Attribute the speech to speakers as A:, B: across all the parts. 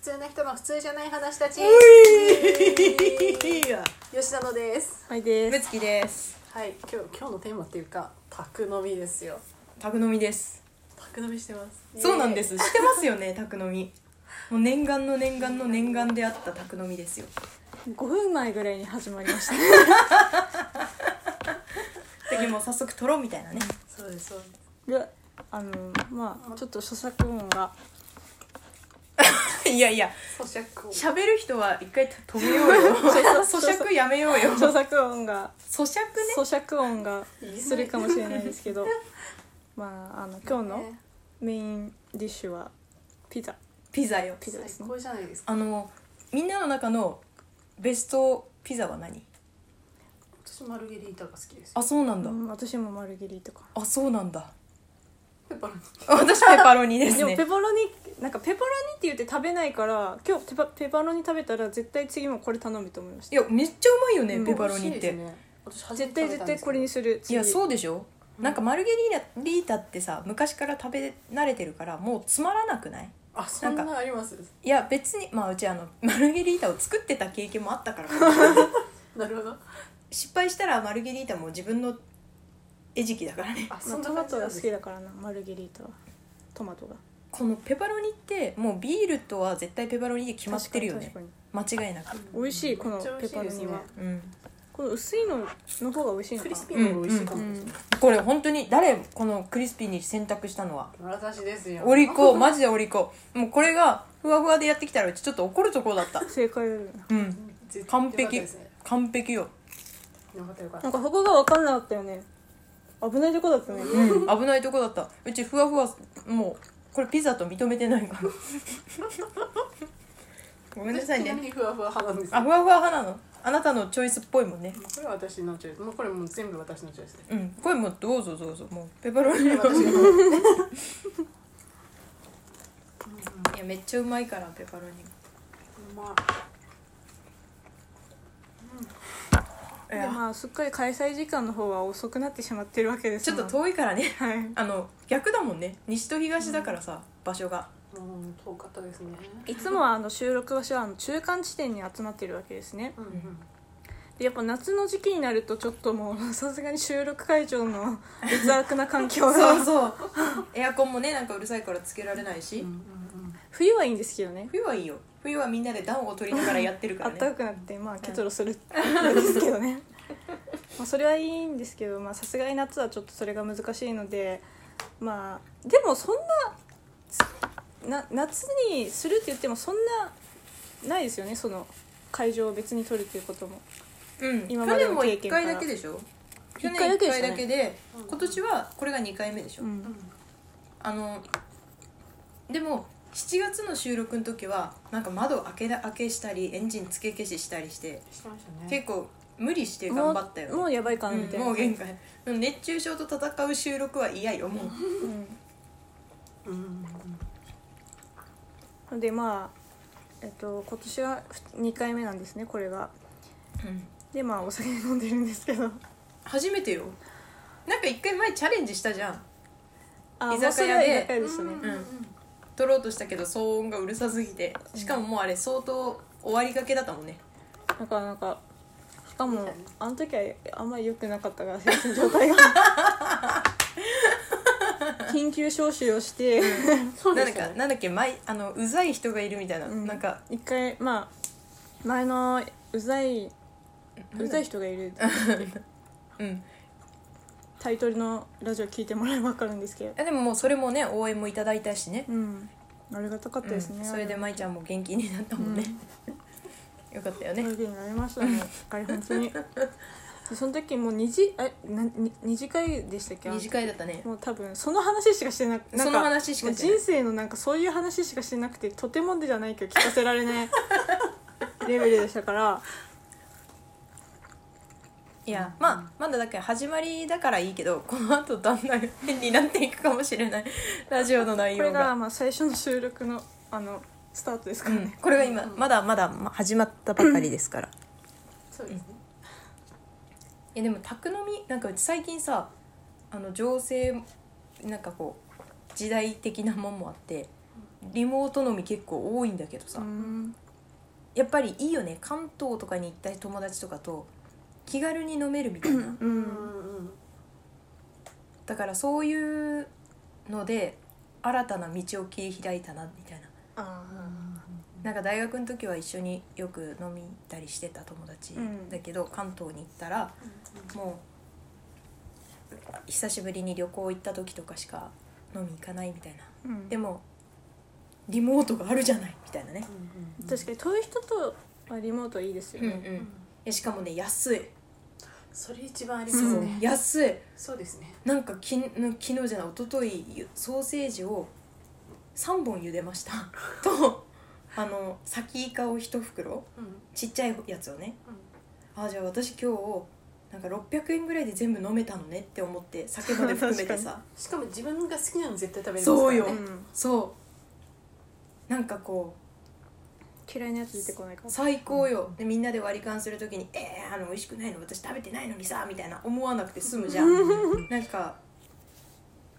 A: 通な人の普通じゃない話たち
B: ういや
A: 吉田のです
C: はいで
B: む
C: す。
B: つきです
A: はい今日今日のテーマっていうか宅飲みですよ
B: 宅飲みです
A: 宅飲みしてます
B: そうなんです知ってますよね宅飲みもう念願の念願の念願であった宅飲みですよ
C: 5分前ぐらいに始まりました。
B: でもう早速撮ろうみたいなね
A: そうですそうです
C: で、あのまあちょっと著作音が
B: いやいや
A: 咀嚼を
B: 喋る人は一回止めようよ咀嚼やめようよ咀
C: 著作音が
B: 嚼ね
C: 咀嚼音がするかもしれないですけど、まああの今日の
A: ね
C: メインディッシュはピザ。
B: ピザよ
C: ピザ
A: 最
C: ですね
A: 高じゃないですか
B: あのみんなの中のベストピザは何
A: 私マルゲリータが好きです
B: あそうなん
C: う
B: だ、
C: ん、私もマルゲリーとか。
B: あそうなんだ
A: ペパロニ
B: 私ペパロニです
C: でも
B: ね
C: ペパロニなんかペパロニって言って食べないから今日ペパペパロニ食べたら絶対次もこれ頼むと思いまし
B: い
C: た
B: やめっちゃうまいよね、
C: うん
B: ペパロニっ
A: 美味しい
B: て
A: ですね私初めて
C: 絶対
A: 食べた
C: 絶
A: んで
C: 対
A: すけど
C: これにする
B: いや
C: う
B: そうでしょ、なんかマルゲリータってさ昔から食べ慣れてるからもうつまらなくない
A: あそん
B: なん
A: なあります
B: いや別にまあうちあの マルゲリータを作ってた経験もあったから
A: なるほど
B: 失敗したらマルゲリータも自分の餌食だからね
A: あそ
C: まあ、
A: んな
C: トマ
A: 感じ
C: ト
A: なん
C: が
A: で
C: 好
A: す
C: きだからなマルゲリータはトマトが
B: このペパロニってもうビールとは絶対ペパロニで決まってるよね
C: 確かに
B: 間違いなく
C: 美味しいこの
A: めっちゃ美
C: ペ
A: 味しいで
C: パロ
A: すね
C: ニは、
B: うん
C: この薄いのの方が美味しいの
A: ク
C: か
A: リ
C: な
A: スピーの方が美味しいかもですね
B: これ本当に誰このクリスピーに選択したのは
A: 私ですよ
B: お利 口マジでお利口もうこれがふわふわでやってきたらうちちょっと怒るところだった
C: 正解だよな
B: うん
A: 絶対
B: 完
A: よかった
B: 璧
A: ですね
B: 完璧よ、
A: よかったよかっ
C: な
A: た
C: んかそこが分かんなかったよね危ないとこだったね
B: うん、危ないとこだったうちふわふわもうこれピザと認めて ないからごめんなさい
A: ちなみ
B: ね
A: にふわふわ派なんですよ
B: あふわふわ派なのあなたのチョイスっぽいもんね
A: これは私のチョイスもうこれもう全部私のチョイスです
B: うんこれもうどうぞどうぞもうペパロニ
A: 私
B: は
A: が食べ
B: いやめっちゃうまいからペパロニ
A: たうまい
B: い
C: で
B: や、
C: まあすっかり開催時間の方は遅くなってしまってるわけです
B: ちょっと
C: 遠
B: 遠いからね
C: はい
B: あの逆だもんね西と東だからさ、場所が
A: うん遠かったですね
C: いつもはあの収録場所はあの中間地点に集まってるわけですね
A: うんうん
C: でやっぱ夏の時期になるとちょっともうさすがに収録会場の劣悪な環境が
B: そ うそう エアコンもねなんかうるさいからつけられないし、
A: うんうん
C: 冬はいいんですけどね
B: 冬はいいよ冬はみんなで暖を取りながらやってるか
C: あ
B: ら
C: っ
B: ね
C: たかくなってまあ結露するんですけどねまあそれはいいんですけどまあさすがに夏はちょっとそれが難しいのでまあでもそんなな夏にするって言ってもそんなないですよねその会場を別に取るということも
B: うん、
C: 今
B: 去
C: まで
B: 年
C: の
B: も
C: 経
B: 1
C: 験から
B: 回だけでしょ去
C: 一
B: 年
C: 回だ
B: 1
C: けでし
B: 回
C: たね
B: だけで
A: うん
B: 今年はこれが2回目でしょ、
C: うん
A: うん
B: あのでも7月の収録の時はなんか窓開けだ開けしたりエンジン付け消ししたりして
A: してましたね
B: 結構無理して頑張ったよ
C: もうも
B: ね
C: うやばいか
B: う
C: なみたい
B: ん
C: な、
B: もう限界熱中症と戦う収録は嫌よもう
A: うんうんうん
C: うんでまあえっと今年は2回目なんですねこれが
B: うん
C: でまあお酒飲んでるんですけど
B: 初めてよなんか1回前チャレンジしたじゃん
C: あ
B: 居酒屋で
C: もうそれは居酒屋でしたね、
A: うんうん
B: 撮ろうとしたけど騒音がうるさすぎてしかももうあれ相当終わりがけだったもんね
C: なんかなんかしか
A: み
C: も
A: たいな
C: あの時はあんまり良くなかったから精神状態が緊急招集をして
A: そう
B: な
A: で
B: ん
A: し
B: だか
A: たね
B: なんだっけ前あのうざい人がいるみたいな、
C: うん
B: なんか
C: 一回まあ前のうざいうざい人がいる
B: うん
C: タイトルのラジオ聞いてもらえば分かるんですけど
B: あでももうそれもね応援もいただいたしね、
C: うんありがたかったですね、
B: うんそれで舞ちゃんも元気になったもんね、よかったよね、
C: 元気になりましたねあれ本当 にその時もう2次えなに二次会でしたっけあの
B: 二次会だったね
C: もう多分その話しかしてなくなん
B: そ
C: か
B: の話しかして
C: も
B: な
C: う
B: い
C: 人生のなんかそういう話しかしてなくてとてもでじゃないけど聞かせられない レベルでしたから
B: いやまあまだだけ始まりだからいいけどこの後だんだん変になっていくかもしれないラジオの内
C: これ
B: 容
C: が
B: が
C: まあ最初の収録のあのスタートですか
B: う
C: ら
B: ん
C: ね、
B: これが今まだまだま始まったばっかりですから
A: そうですね
B: いやでも宅飲みなんかうち最近さあの情勢なんかこう時代的なもんもあってリモート飲み結構多いんだけどさ、
C: うん
B: やっぱりいいよね関東とかに行った友達とかと気軽に飲めるみたいな
C: う
A: うんんうん
B: だからそういうので新たな道を切り開いたなみたいな
C: あ
B: なんか大学の時は一緒によく飲み行ったりしてた友達
C: うん
B: だけど、関東に行ったらもう久しぶりに旅行行った時とかしか飲み行かないみたいな
C: ーうん
B: でもリモートがあるじゃないみたいなね、
C: 確かに遠い人とはリモートいいですよ
B: うんう
C: ね、
B: んえしかもね安い、
A: それ一番あります
B: そう
A: ね
B: 安い
A: そうですね
B: なんかきん昨日じゃない一昨日ソーセージを3本茹でましたとあの先イカを1袋
A: うん
B: ちっちゃいやつをね
A: うん
B: あじゃあ私今日なんか600円ぐらいで全部飲めたのねって思って酒 まで含めて
C: 確
B: さ
A: しかも自分が好きなの絶対食べれますからね
B: そうよ、
C: うん
B: そうなんかこ
C: 嫌いなやつ出てこないか
B: う
C: ら
B: 最高よでみんなで割り勘する時に「えー、あの美味しくないの私食べてないのにさ」みたいな思わなくて済むじゃん なんか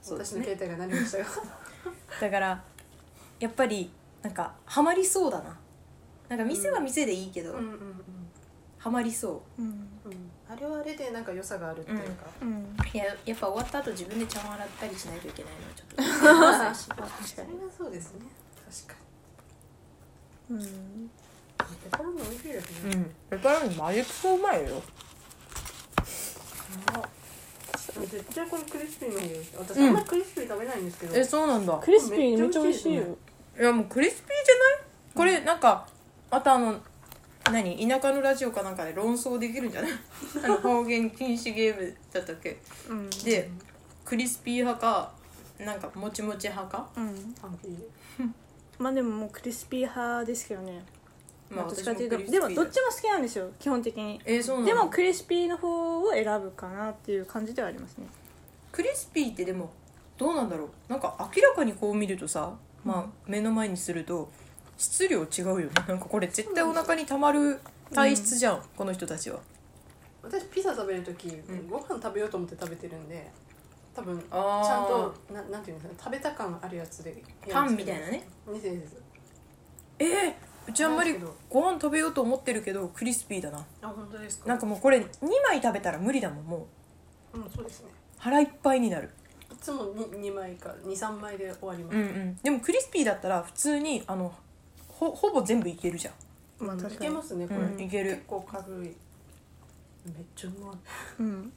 B: そうで
A: 私
B: す
A: の
B: ね
A: 携帯がなりましたが
B: だからやっぱりなんかハマりそうだななんか店は店でいいけど、
A: うんうん
B: ハマりそ
C: うん
A: うんうんあれはあれでなんか良さがあるっていうか
C: うん
B: ういややっぱ終わった後自分で茶碗洗ったりしないといけないのはちょっと
C: 確
A: そ
C: か
A: れ
C: に
A: がそうですね確か
C: うん
A: にペパロンの美味しいですね
B: うんペパロニマジクソうまいよ
A: 絶対これクリスピーの方がいい私あんまりクリスピー食べないんですけど
B: えそうなんだ
C: クリスピーめっちゃ美味しいよ
B: いやもうクリスピーじゃないこれなんかまたあの何田舎のラジオかなんかで論争できるんじゃ ないあの方言禁止ゲームだったっけ
C: うん
B: でクリスピー派かなんかもちもち派か
C: うん
A: パンピー
C: まあでももうクリスピー派ですけどね
B: まあ
C: どっち
B: 私
C: か
B: も
C: って
B: ク
C: い
B: リ
C: う
B: スピ
C: と
B: ー
C: でもどっ
B: だ
C: ちも好きなんですよ基本的に
B: えーそうなんだ
C: でもクリスピーの方を選ぶかなっていう感じではありますね
B: クリスピーってでもどうなんだろうなんか明らかにこう見るとさ、まあ、目の前にすると質量違うよねなんかこれ絶対お腹にたまる体質じゃん、この人たちは
A: 私ピザ食べる時
B: ん
A: ご飯食べようと思って食べてるんで多分ち
B: あー
A: ゃんとななんていうんですかね食べた感あるやつで
B: パンみたいなね
A: ねですです
B: えー、うちあんまり
A: ないですけど
B: ご飯食べようと思ってるけどクリスピーだな
A: あ本当ですか
B: なんかもうこれ2枚食べたら無理だもんもう
A: うんそうですね
B: 腹いっぱいになる
A: いつもに二枚か二三枚で終わります、
B: うんうんでもクリスピーだったら普通にあのほほぼ全部いけるじゃん
C: まあ
A: いけますねこれ、
B: うんいける
A: 結構軽いめっちゃうまい
C: うん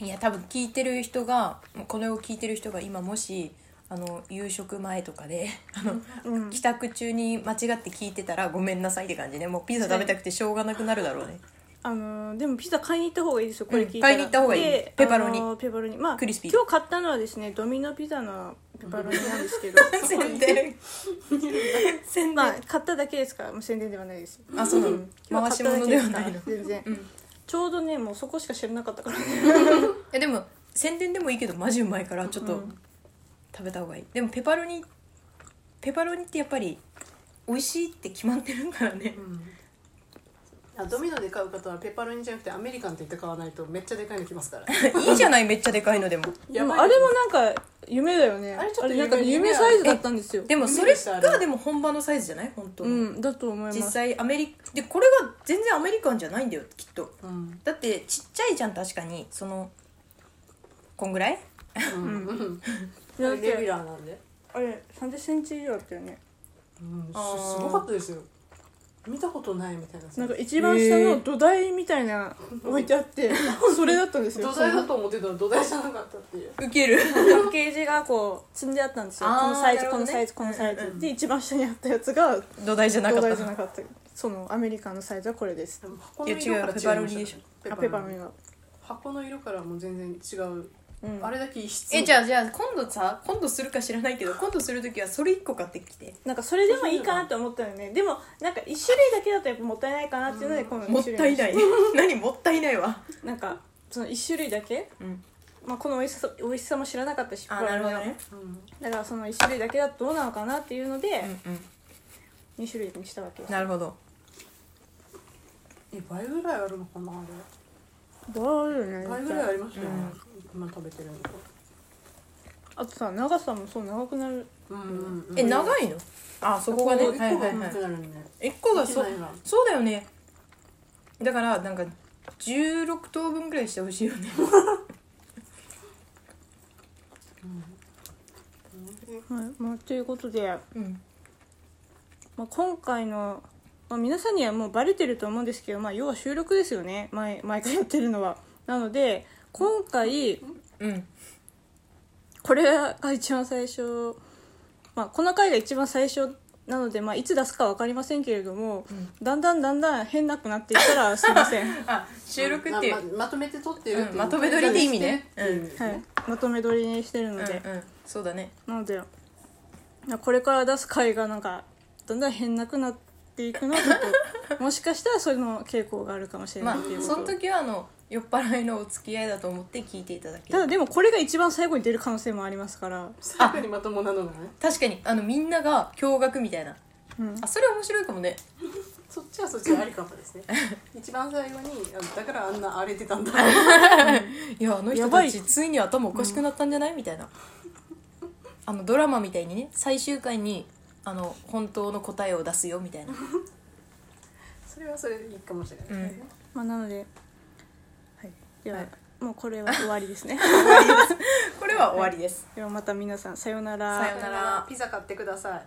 B: いや多分聞いてる人がこれを聞いてる人が今もしあの夕食前とかであの、
C: うん
B: 帰宅中に間違って聞いてたらごめんなさいって感じねもうピザ食べたくてしょうがなくなるだ ろうね
C: あのーでもピザ買いに行った方がいいですよこれ聞いた
B: うん買
C: ら、
B: いに行った方がいい
C: で
B: ペパロニ
C: あのーペパロニまあ
B: クリスピー
C: 今日買ったのはですねドミノピザのペパロニなんですけど
B: 宣伝宣伝、
C: まあ買っただけですからもう宣伝ではないです
B: あそうなの、
C: 今
B: 回
C: 日
B: し
C: 買った
B: 物
C: だけ
B: ですは
C: から
B: ないの
C: 全然、
B: うん
C: ちょうどねもうそこしか知らなかったからね
B: えでも宣伝でもいいけどマジうまいからちょっと食べた方がいい、でもペパロニペパロニってやっぱり美味しいって決まってるからね
A: あドミノで買う方はペパロニじゃなくてアメリカンって言って買わないとめっちゃでかいのきますから
B: いいじゃないめっちゃでかい のでも
C: でも
A: やば
C: あ
A: い
C: れもなんか夢だよね
A: あれちょっと
C: なんか
A: 夢
C: 夢サイズだったんですよ
B: でもそれがでも本場のサイズじゃない本当
C: う
B: の、
C: んだと思います
B: 実際アメリカでこれは全然アメリカンじゃないんだよきっと
A: うん
B: だってちっちゃいじゃん確かにそのこんぐらい
A: うんうん
C: だっ
A: レギュ
C: て
A: ラーなんで、
C: あれ3 0ンチ以上だったよね
A: うん、す
B: あー
A: すごかったですよ見たことないみたいな
C: なんか一番下
B: へ
C: の
B: ー
C: 土台みた いな置いてあって、それだったんですよ
A: 土台だと思ってたら土台じゃなかったっていう
B: ウケる
C: パッケージがこう積んであったんですよ
B: あー
C: このサイズ、
B: なる
C: こ
B: ほど
C: の
B: ね
C: サイズこのサイズ、で一番下にあったやつが
B: 土台じゃなか
C: 土
B: った
C: 台じゃなかったそのアメリカのサイズはこれです
A: でも箱の色
B: いや違
A: か
B: う
A: ら違いました
B: ペパロニでしょ
C: あペパロニが
A: 箱の色からも全然違う、
C: うん
A: あれだけ異質
B: えじゃあじゃあ今度さ今度するか知らないけど今度する時はそれ1個買ってきて
C: なんかそれでもいいかなって思ったよねでもなんか一種類だけだとやっぱもったいないかなっていうのでこの
B: も
C: 一
B: ったい
C: 種類
B: ない 何もったいないわ
C: なんかその一種類だけ、
B: うん
C: まあ、この美味しさ美味しさも知らなかったし
B: あなるほどね
A: うん
C: だからその一種類だけだとどうなのかなっていうので
B: うんうん
C: 二種類にしたわけです
B: なるほど
A: え倍ぐらいあるのかなあれ
C: どうよね
A: 倍ぐらいありましたよね、今食べてるのと
C: あとさ長さもそう長くなる
A: うん
B: え
A: い
B: 長いのあそこがね
A: 一個が
B: はいはいは
A: 重
B: い
A: くなるんだよ
B: 1個が
A: 一
B: そ
A: 枚が
B: そうだよねだからなんか16等分くらいしてほしいよね
C: はいまあ、ということで、
B: うん
C: まあ、今回の、まあ、皆さんにはもうバレてると思うんですけど、まあ、要は収録ですよね毎毎回やってるのはなので今回
B: うん
C: これが一番最初、まあ、この回が一番最初なので、まあ、いつ出すか分かりませんけれども、だんだんだんだん変なくなっていったらすいません、は
B: あ収録っていう
A: まままとめて撮ってるっていう
B: うんまとめ撮りって意味ね
A: っていう意味ですね
C: い、まとめ撮りにしてるので、
B: うんうんそうだね
C: なのでまあこれから出す回がなんかだんだん変なくなっていくのはちょっ ともしかしたらそれの傾向があるかもしれな
B: ま
C: い
B: あ
C: っていうこと、
B: その時はあの酔っ払いのお付き合いだと思って聞いていただけ
C: ただ
B: る
C: でもこれが一番最後に出る可能性もありますから、
A: 最後にまともなのがね
B: 確かにあのみんなが驚愕みたいな
C: うん
B: あそれ面白いかもね
A: そっちはそっちでありかもです ね一番最後にあのだからあんな荒れてたんだ
B: いやあの
C: や
B: 人
C: ば
B: た
C: い
B: ちついに頭おかしくなったんじゃないみたいなあのドラマみたいにね最終回にあの本当の答えを出すよみたいな
A: それはそれでいいかもしれないですね、
C: まあ、なので、はい、では、
B: はい
C: もうこれは終わりですね
B: これは終わりです
C: ではまた皆さんさよう
B: さようなら
A: ピザ買ってください